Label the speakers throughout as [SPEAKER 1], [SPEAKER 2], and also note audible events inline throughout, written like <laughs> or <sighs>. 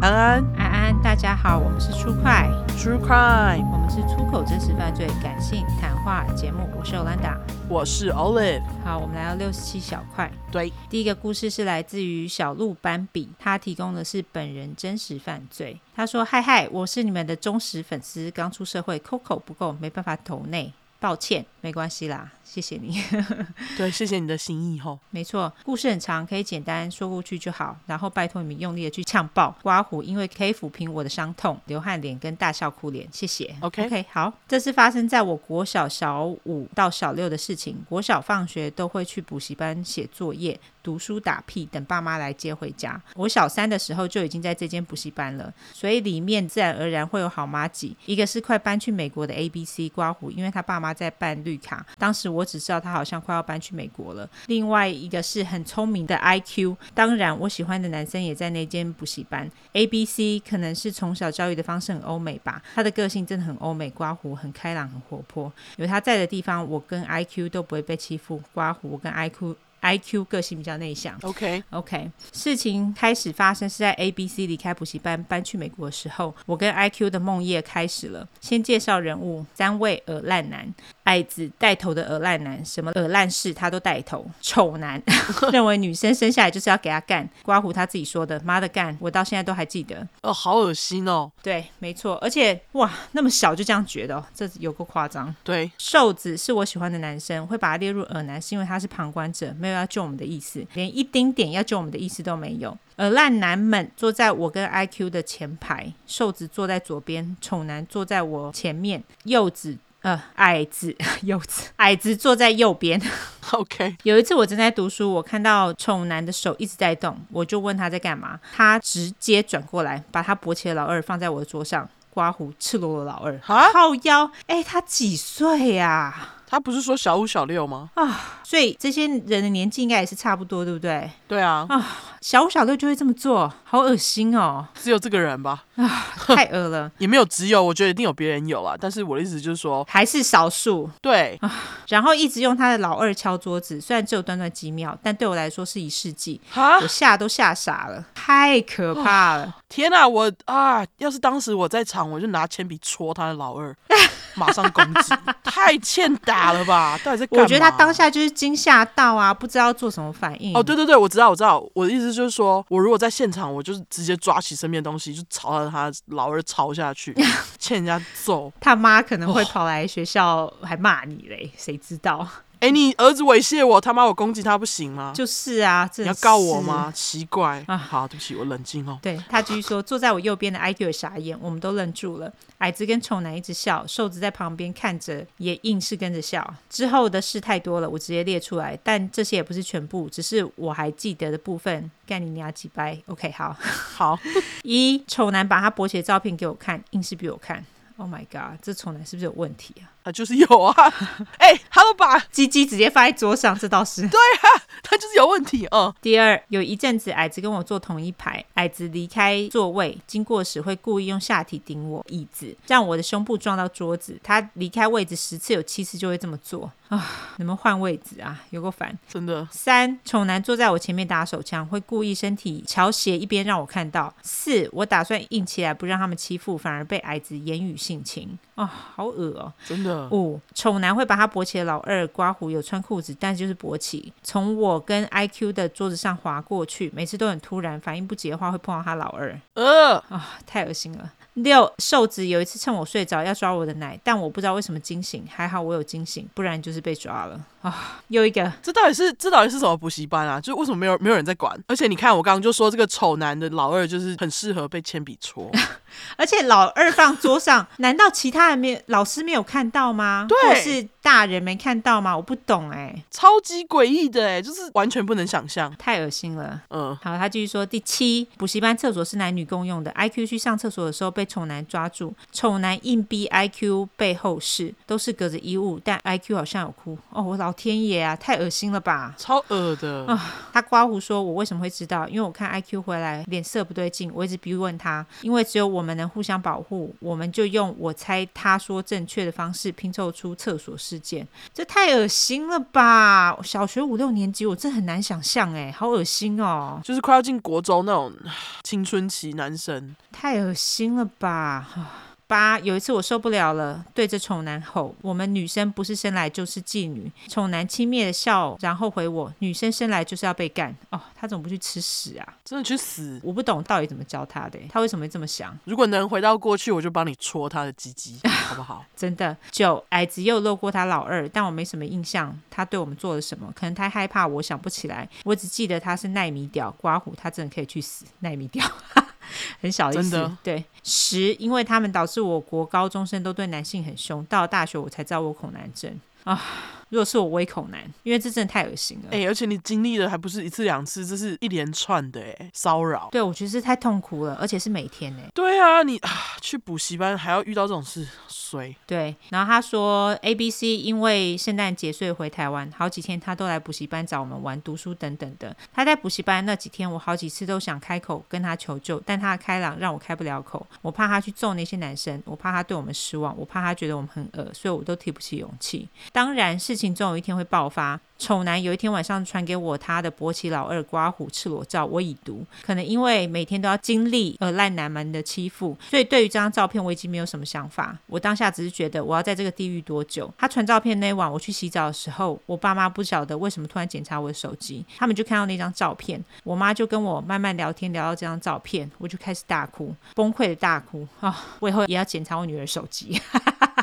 [SPEAKER 1] 安安
[SPEAKER 2] 安安，大家好，我们是出快，
[SPEAKER 1] ，True Crime，
[SPEAKER 2] 我们是出口真实犯罪感性谈话节目，我是 Olanda。
[SPEAKER 1] 我是 Olive。
[SPEAKER 2] 好，我们来到六十七小块。
[SPEAKER 1] 对，
[SPEAKER 2] 第一个故事是来自于小鹿斑比，他提供的是本人真实犯罪。他说：“嗨嗨，我是你们的忠实粉丝，刚出社会，Coco 不够，没办法投内，抱歉，没关系啦，谢谢你。” <laughs>
[SPEAKER 1] 对，谢谢你的心意吼。
[SPEAKER 2] 没错，故事很长，可以简单说过去就好。然后拜托你们用力的去呛爆刮胡，因为可以抚平我的伤痛、流汗脸跟大笑哭脸。谢谢。
[SPEAKER 1] OK
[SPEAKER 2] OK，好，这是发生在我国小小五到小六的事情。国小放学都会去补习班写作业、读书打屁，等爸妈来接回家。我小三的时候就已经在这间补习班了，所以里面自然而然会有好妈几，一个是快搬去美国的 A B C 刮胡，因为他爸妈在办绿卡，当时我只知道他好像快要搬去美国了。另外一个是很聪明的 I Q，当然我喜欢的男生也在那间补习班。A B C 可能是从小教育的方式很欧美吧，他的个性真的很欧美，刮胡很开朗，很活泼。有他在的地方，我跟 I Q 都不会被欺负。刮胡我跟 I Q I Q 个性比较内向。
[SPEAKER 1] OK，
[SPEAKER 2] OK，事情开始发生是在 A、B、C 离开补习班搬去美国的时候，我跟 IQ 的梦夜开始了。先介绍人物，三位耳烂男，矮子带头的耳烂男，什么耳烂事他都带头，丑男 <laughs> 认为女生生下来就是要给他干，刮胡他自己说的，妈的干，我到现在都还记得。
[SPEAKER 1] 哦，好恶心哦。
[SPEAKER 2] 对，没错，而且哇，那么小就这样觉得、哦，这有够夸张。
[SPEAKER 1] 对，
[SPEAKER 2] 瘦子是我喜欢的男生，会把他列入耳男，是因为他是旁观者，没有要救我们的意思，连一丁点要救我们的意思都没有。耳烂男们坐在我跟 IQ 的前排，瘦子坐在左边，丑男坐在我前面，柚子呃矮子 <laughs> 柚子矮子坐在右边。
[SPEAKER 1] OK，
[SPEAKER 2] 有一次我正在读书，我看到丑男的手一直在动，我就问他在干嘛，他直接转过来，把他勃起的老二放在我的桌上，刮胡赤裸裸老二。
[SPEAKER 1] 啊，
[SPEAKER 2] 靠腰，哎、他几岁啊呀、
[SPEAKER 1] 他不是说小五小六吗？
[SPEAKER 2] 所以这些人的年纪应该也是差不多，对不对？
[SPEAKER 1] 对啊，
[SPEAKER 2] 小五小六就会这么做，好恶心
[SPEAKER 1] <laughs>
[SPEAKER 2] 哦，
[SPEAKER 1] 只有这个人吧，
[SPEAKER 2] 太恶了，
[SPEAKER 1] 也没有只有，我觉得一定有别人有啦。但是我的意思就是说，
[SPEAKER 2] 还是少数。
[SPEAKER 1] 对，
[SPEAKER 2] 然后一直用他的老二敲桌子，虽然只有短短几秒，但对我来说是一世纪，
[SPEAKER 1] 哈
[SPEAKER 2] 我，吓都吓傻了，太可怕了。
[SPEAKER 1] 天啊，我啊，要是当时我在场，我就拿铅笔戳他的老二，马上攻 <laughs> 击，太欠打了吧？到底在干嘛？
[SPEAKER 2] 我觉得他当下就是惊吓到啊，不知道做什么反应。
[SPEAKER 1] 哦，对对对，我知道，我知道，我的意思就是说，我如果在现场，我就是直接抓起身边的东西，就朝着他老二抄下
[SPEAKER 2] <laughs>
[SPEAKER 1] 去，欠人家揍。
[SPEAKER 2] 他妈可能会
[SPEAKER 1] 哦
[SPEAKER 2] 跑来学校还骂你嘞，谁知道？
[SPEAKER 1] 哎，你儿子猥亵我，他妈我攻击他不行吗？
[SPEAKER 2] 就是啊，
[SPEAKER 1] 你
[SPEAKER 2] 真的
[SPEAKER 1] 要告我
[SPEAKER 2] 是
[SPEAKER 1] 吗？奇怪
[SPEAKER 2] 啊
[SPEAKER 1] 好，对不起，我冷静哦。
[SPEAKER 2] 对他继续说，坐在我右边的 IQ 也傻眼，我们都愣住了。矮子跟丑男一直笑，瘦子在旁边看着，也硬是跟着笑。之后的事太多了，我直接列出来，但这些也不是全部，只是我还记得的部分。干你娘几掰？OK，好。
[SPEAKER 1] 好，
[SPEAKER 2] 一丑男把他勃起的照片给我看，硬是逼我看。Oh my god，这丑男是不是有问题啊？
[SPEAKER 1] 他就是有啊。 <laughs> 哎，他都把
[SPEAKER 2] 鸡鸡直接放在桌上，这倒是。
[SPEAKER 1] 他就是有问题，嗯，
[SPEAKER 2] 第二，有一阵子矮子跟我坐同一排，矮子离开座位经过时会故意用下体顶我椅子，让我的胸部撞到桌子。他离开位置十次有七次就会这么做啊！能不能换位置啊？有够烦。
[SPEAKER 1] 真的
[SPEAKER 2] 三，丑男坐在我前面打手枪，会故意身体朝斜一边让我看到。四，我打算硬起来不让他们欺负，反而被矮子言语性侵啊、好恶哦、
[SPEAKER 1] 真的
[SPEAKER 2] 五丑男会把他勃起的老二刮胡，有穿裤子，但就是勃起，从我跟 IQ 的桌子上滑过去，每次都很突然，反应不及的话会碰到他老二， <sighs>
[SPEAKER 1] 呃，
[SPEAKER 2] 太恶心了。六瘦子有一次趁我睡着要抓我的奶，但我不知道为什么惊醒，还好我有惊醒，不然就是被抓了啊！又一个
[SPEAKER 1] 这到底是这到底是什么补习班啊？就是为什么没有没有人在管？而且你看，我刚刚就说这个丑男的老二就是很适合被铅笔戳，
[SPEAKER 2] 而且老二放桌上， <laughs> 难道其他人没有老师没有看到吗？
[SPEAKER 1] 对
[SPEAKER 2] 或是大人没看到吗？我不懂哎、
[SPEAKER 1] 超级诡异的哎，就是完全不能想象。
[SPEAKER 2] 太恶心了。
[SPEAKER 1] 嗯，
[SPEAKER 2] 好，他继续说，第七，补习班厕所是男女共用的。IQ 去上厕所的时候被丑男抓住，丑男硬逼 IQ 背后事，都是隔着衣物，但 IQ 好像有哭。哦，我老老天爷啊，太恶心了吧！
[SPEAKER 1] 超恶的
[SPEAKER 2] 他刮胡说：“我为什么会知道？因为我看 IQ 回来脸色不对劲，我一直逼问他，因为只有我们能互相保护，我们就用我猜他说正确的方式拼凑出厕所事件。这太恶心了吧！小学五六年级，我真的很难想象，哎，好恶心哦，
[SPEAKER 1] 就是快要进国中那种啊青春期男生，
[SPEAKER 2] 太恶心了吧！” <sighs> 八有一次我受不了了，对着丑男吼：“我们女生不是生来就是妓女。”丑男轻蔑的笑，然后回我：“女生生来就是要被干。”哦，他怎么不去吃屎啊？
[SPEAKER 1] 真的去死！
[SPEAKER 2] 我不懂到底怎么教他的欸，他为什么会这么想？
[SPEAKER 1] 如果能回到过去，我就帮你戳他的鸡 <laughs> 鸡，好不好？
[SPEAKER 2] 真的，九矮子又漏过他老二，但我没什么印象他对我们做了什么，可能太害怕，我想不起来，我只记得他是奈米屌刮胡，他真的可以去死，奈米屌。 <laughs> 很小意
[SPEAKER 1] 真
[SPEAKER 2] 思
[SPEAKER 1] 的，
[SPEAKER 2] 对十，因为他们导致我国高中生都对男性很凶，到了大学我才知道我恐男症啊。如果是我，我也恐男，因为这真的太恶心了。
[SPEAKER 1] 哎、而且你经历的还不是一次两次，这是一连串的哎、骚扰。
[SPEAKER 2] 对，我觉得这太痛苦了，而且是每天欸呢、
[SPEAKER 1] 对啊，你啊去补习班还要遇到这种事，衰。
[SPEAKER 2] 对，然后他说，A、B、C 因为圣诞节所以回台湾，好几天他都来补习班找我们玩、读书等等的。他在补习班那几天，我好几次都想开口跟他求救，但他的开朗让我开不了口。我怕他去揍那些男生，我怕他对我们失望，我怕他觉得我们很恶，所以我都提不起勇气。当然，事情总有一天会爆发。丑男有一天晚上传给我他的勃起老二刮胡赤裸照，我已读。可能因为每天都要经历呃烂男们的欺负，所以对于这张照片我已经没有什么想法。我当下只是觉得我要在这个地狱多久？他传照片那一晚，我去洗澡的时候，我爸妈不晓得为什么突然检查我的手机，他们就看到那张照片，我妈就跟我慢慢聊天，聊到这张照片，我就开始大哭，崩溃的大哭啊、我以后也要检查我女儿手机， <laughs>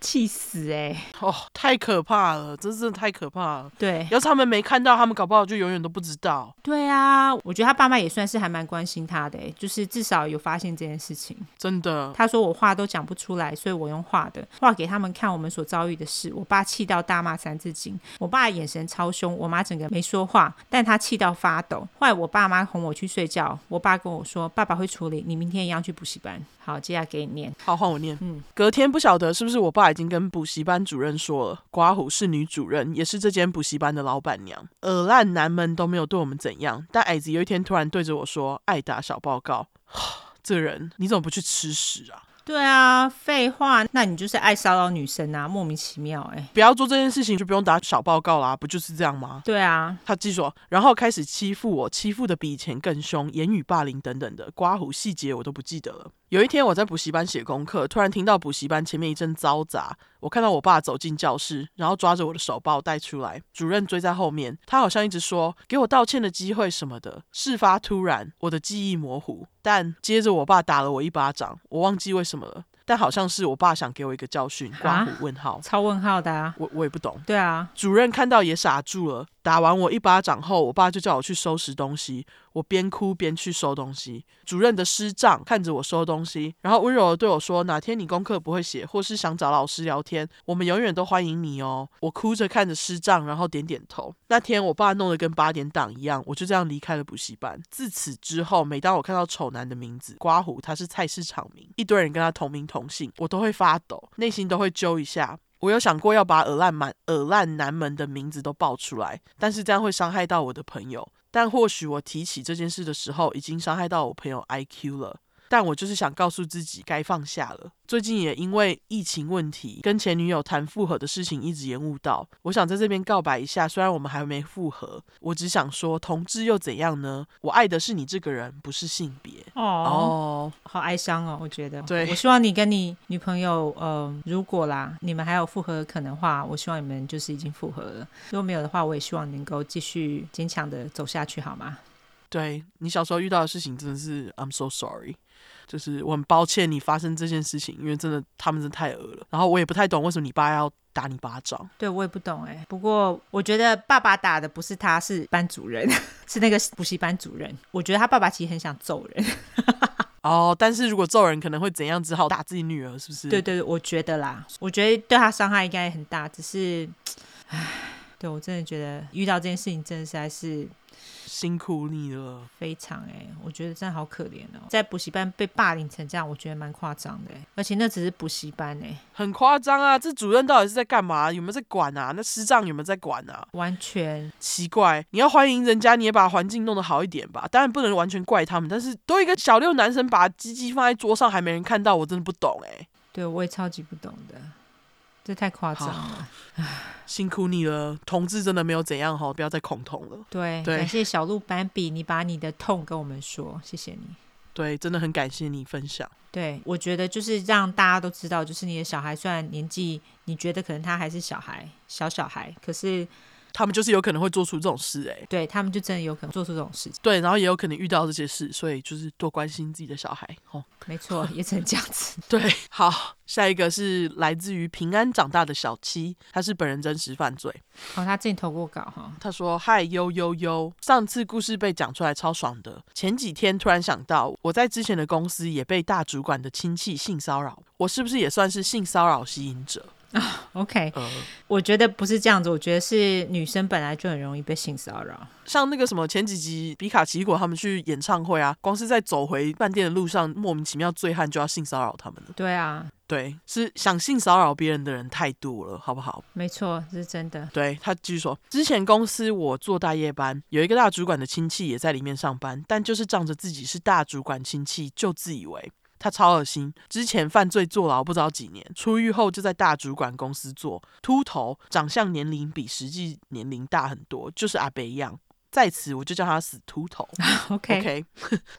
[SPEAKER 2] 气死哎、
[SPEAKER 1] 哦，太可怕了，这真的太可怕了。
[SPEAKER 2] 对，
[SPEAKER 1] 要是他们没看到，他们搞不好就永远都不知道。
[SPEAKER 2] 对啊，我觉得他爸妈也算是还蛮关心他的欸，就是至少有发现这件事情。
[SPEAKER 1] 真的，
[SPEAKER 2] 他说我话都讲不出来，所以我用画的画给他们看我们所遭遇的事。我爸气到大骂三字经，我爸眼神超凶，我妈整个没说话，但他气到发抖。后来我爸妈哄我去睡觉，我爸跟我说爸爸会处理，你明天一样去补习班。好，接下来给你念。
[SPEAKER 1] 好，换我念。
[SPEAKER 2] 嗯
[SPEAKER 1] 隔天不晓得是不是我爸已经跟补习班主任说了，刮胡是女主任，也是这间补习班的老板娘。耳烂男们都没有对我们怎样，但矮子有一天突然对着我说：“爱打小报告， <sighs> 这人你怎么不去吃屎啊？
[SPEAKER 2] 对啊，废话，那你就是爱骚扰女生啊，莫名其妙哎、
[SPEAKER 1] 不要做这件事情就不用打小报告啦，不就是这样吗？”
[SPEAKER 2] 对啊，
[SPEAKER 1] 他记住，然后开始欺负我，欺负的比以前更凶，言语霸凌等等的，刮胡细节我都不记得了。有一天我在补习班写功课，突然听到补习班前面一阵嘈杂，我看到我爸走进教室，然后抓着我的手把我带出来，主任追在后面，他好像一直说给我道歉的机会什么的。事发突然，我的记忆模糊，但接着我爸打了我一巴掌，我忘记为什么了，但好像是我爸想给我一个教训。刮胡问号，
[SPEAKER 2] 超问号的啊，
[SPEAKER 1] 我我也不懂。
[SPEAKER 2] 对啊，
[SPEAKER 1] 主任看到也傻住了。打完我一巴掌后，我爸就叫我去收拾东西。我边哭边去收东西。主任的师长看着我收东西，然后温柔的对我说：“哪天你功课不会写，或是想找老师聊天，我们永远都欢迎你哦。”我哭着看着师长，然后点点头。那天我爸弄得跟八点档一样，我就这样离开了补习班。自此之后，每当我看到丑男的名字刮胡，他是菜市场名，一堆人跟他同名同姓，我都会发抖，内心都会揪一下。我有想过要把耳烂满耳烂男们的名字都报出来，但是这样会伤害到我的朋友。但或许我提起这件事的时候，已经伤害到我朋友 IQ 了。但我就是想告诉自己该放下了。最近也因为疫情问题，跟前女友谈复合的事情一直延误到。我想在这边告白一下，虽然我们还没复合，我只想说，同志又怎样呢？我爱的是你这个人，不是性别。
[SPEAKER 2] 哦
[SPEAKER 1] 哦，
[SPEAKER 2] 好哀伤哦，我觉得。
[SPEAKER 1] 对
[SPEAKER 2] 我希望你跟你女朋友，呃，如果啦，你们还有复合的可能的话，我希望你们就是已经复合了。如果没有的话，我也希望你能够继续坚强的走下去，好吗？
[SPEAKER 1] 对你小时候遇到的事情，真的是 I'm so sorry，就是我很抱歉你发生这件事情，因为真的他们真的太恶了。然后我也不太懂为什么你爸要打你巴掌，
[SPEAKER 2] 对我也不懂哎、不过我觉得爸爸打的不是他，是班主 <laughs> 任，是那个补习班主任。我觉得他爸爸其实很想揍人。
[SPEAKER 1] 哦，但是如果揍人可能会怎样，只好打自己女儿，是不是？
[SPEAKER 2] 对对，对我觉得啦，我觉得对他伤害应该也很大，只是。唉对我真的觉得遇到这件事情，真的实在是
[SPEAKER 1] 辛苦你了。
[SPEAKER 2] 非常哎、我觉得真的好可怜哦，在补习班被霸凌成这样，我觉得蛮夸张的、欸，而且那只是补习班哎、
[SPEAKER 1] 很夸张啊！这主任到底是在干嘛？有没有在管啊？那师长有没有在管啊？
[SPEAKER 2] 完全
[SPEAKER 1] 奇怪，你要欢迎人家，你也把环境弄得好一点吧。当然不能完全怪他们，但是都一个小六男生把鸡鸡放在桌上还没人看到，我真的不懂哎、
[SPEAKER 2] 对我也超级不懂的，这太夸张了。
[SPEAKER 1] 辛苦你了，同志真的没有怎样哈，不要再恐同了。
[SPEAKER 2] 对，
[SPEAKER 1] 对
[SPEAKER 2] 感谢小鹿斑比，你把你的痛跟我们说，谢谢你。
[SPEAKER 1] 对，真的很感谢你分享。
[SPEAKER 2] 对，我觉得就是让大家都知道，就是你的小孩虽然年纪，你觉得可能他还是小孩，小小孩，可是
[SPEAKER 1] 他们就是有可能会做出这种事哎、
[SPEAKER 2] 对他们就真的有可能做出这种事情。
[SPEAKER 1] 对，然后也有可能遇到这些事，所以就是多关心自己的小孩哦。
[SPEAKER 2] 没错，也只能这样子。
[SPEAKER 1] 对，好，下一个是来自于平安长大的小七，他是本人真实犯罪。
[SPEAKER 2] 哦，他自己投过稿哈，
[SPEAKER 1] 他说：“嗨，悠悠悠，上次故事被讲出来超爽的。前几天突然想到，我在之前的公司也被大主管的亲戚性骚扰，我是不是也算是性骚扰吸引者？
[SPEAKER 2] OK，
[SPEAKER 1] 呃，
[SPEAKER 2] 我觉得不是这样子，我觉得是女生本来就很容易被性骚扰。
[SPEAKER 1] 像那个什么前几集比卡奇果他们去演唱会啊，光是在走回饭店的路上，莫名其妙醉汉就要性骚扰他们了。
[SPEAKER 2] 对啊，
[SPEAKER 1] 对，是想性骚扰别人的人太多了，好不好？
[SPEAKER 2] 没错，这是真的。 <laughs>
[SPEAKER 1] 对他继续说，之前公司我做大夜班，有一个大主管的亲戚也在里面上班，但就是仗着自己是大主管亲戚，就自以为。他超恶心，之前犯罪坐牢不知道几年，出狱后就在大主管公司做，秃头，长相年龄比实际年龄大很多，就是阿北一样。在此我就叫他死秃头。
[SPEAKER 2] OK，,
[SPEAKER 1] OK，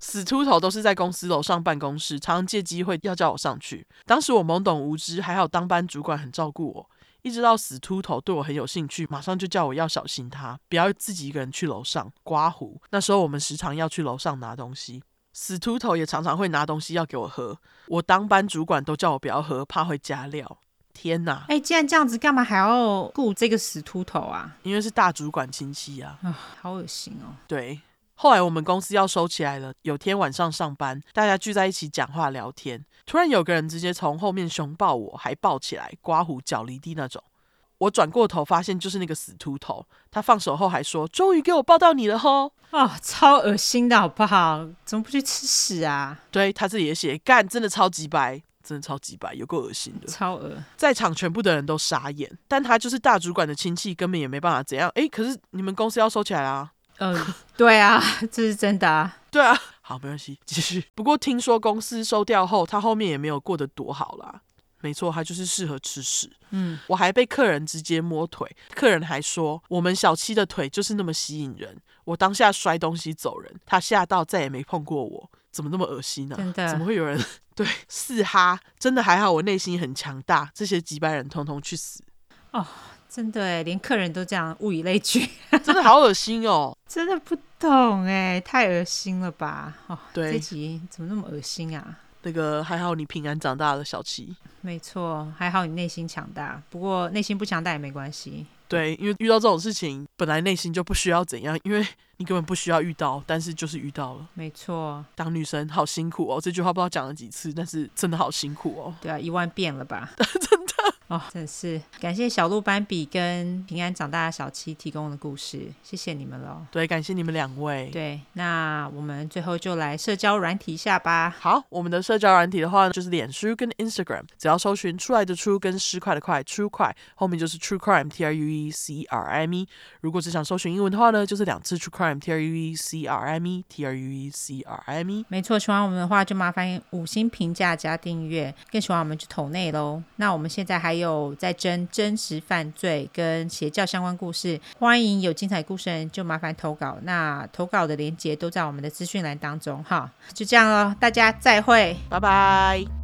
[SPEAKER 1] 死 <laughs> 秃头都是在公司楼上办公室，常常借机会要叫我上去。当时我懵懂无知，还好当班主管很照顾我。一直到死秃头对我很有兴趣，马上就叫我要小心他，不要自己一个人去楼上刮胡。那时候我们时常要去楼上拿东西，死秃头也常常会拿东西要给我喝。我当班主管都叫我不要喝，怕会加料。天哪，
[SPEAKER 2] 哎、既然这样子，干嘛还要雇这个死秃头啊？
[SPEAKER 1] 因为是大主管亲戚啊。
[SPEAKER 2] 啊，好恶心哦！
[SPEAKER 1] 对，后来我们公司要收起来了。有天晚上上班，大家聚在一起讲话聊天，突然有个人直接从后面熊抱我，还抱起来，刮胡脚离地那种。我转过头，发现就是那个死秃头。他放手后还说：“终于给我抱到你了吼
[SPEAKER 2] 哦，超恶心的好不好？怎么不去吃屎啊？！”
[SPEAKER 1] 对他自己也写，干，真的超级白，真的超级白，有够恶心的。
[SPEAKER 2] 超恶！
[SPEAKER 1] 在场全部的人都傻眼，但他就是大主管的亲戚，根本也没办法怎样。诶，可是你们公司要收起来啦、 <laughs>
[SPEAKER 2] 呃，对啊，这是真的啊。
[SPEAKER 1] 对啊， <laughs> 好，没关系，继续。不过听说公司收掉后，他后面也没有过得多好啦。没错，他就是适合吃屎。
[SPEAKER 2] 嗯，
[SPEAKER 1] 我还被客人直接摸腿，客人还说我们小七的腿就是那么吸引人。我当下摔东西走人，他吓到再也没碰过我。怎么那么恶心呢、
[SPEAKER 2] 真的
[SPEAKER 1] 啊怎么会有人 <laughs> 对四哈？真的还好，我内心很强大。这些几百人通通去死，
[SPEAKER 2] 真的哎，连客人都这样，物以类聚， <laughs>
[SPEAKER 1] 真的好恶心哦。 <laughs>
[SPEAKER 2] 真的不懂哎，太恶心了吧？哦，这
[SPEAKER 1] 对，
[SPEAKER 2] 集怎么那么恶心啊？
[SPEAKER 1] 那个还好你平安长大了，小七。
[SPEAKER 2] 没错，还好你内心强大，不过内心不强大也没关系。
[SPEAKER 1] 对，因为遇到这种事情，本来内心就不需要怎样，因为你根本不需要遇到，但是就是遇到了。
[SPEAKER 2] 没错，
[SPEAKER 1] 当女生好辛苦哦，这句话不知道讲了几次，但是真的好辛苦哦。
[SPEAKER 2] 对啊，一万遍了吧？ <laughs> 真的哦，真是感谢小鹿斑比跟平安长大的小七提供的故事，谢谢你们喽。
[SPEAKER 1] 对，感谢你们两位。
[SPEAKER 2] 对，那我们最后就来社交软体一下吧。
[SPEAKER 1] 好，我们的社交软体的话呢，就是脸书跟 Instagram，只要搜寻“出来的出”跟“失快的快 ”，True 快后面就是 True Crime T R U E C R I M E。如果只想搜寻英文的话呢，就是两次 True Crime T R U E C R I M E T R U E C R I M E。
[SPEAKER 2] 没错，喜欢我们的话就麻烦五星评价加订阅，更喜欢我们就投内喽。那我们现在还有在征真实犯罪跟邪教相关故事，欢迎有精彩故事的人就麻烦投稿。那投稿的链接都在我们的资讯栏当中哈。就这样喽，大家再会。
[SPEAKER 1] 拜拜。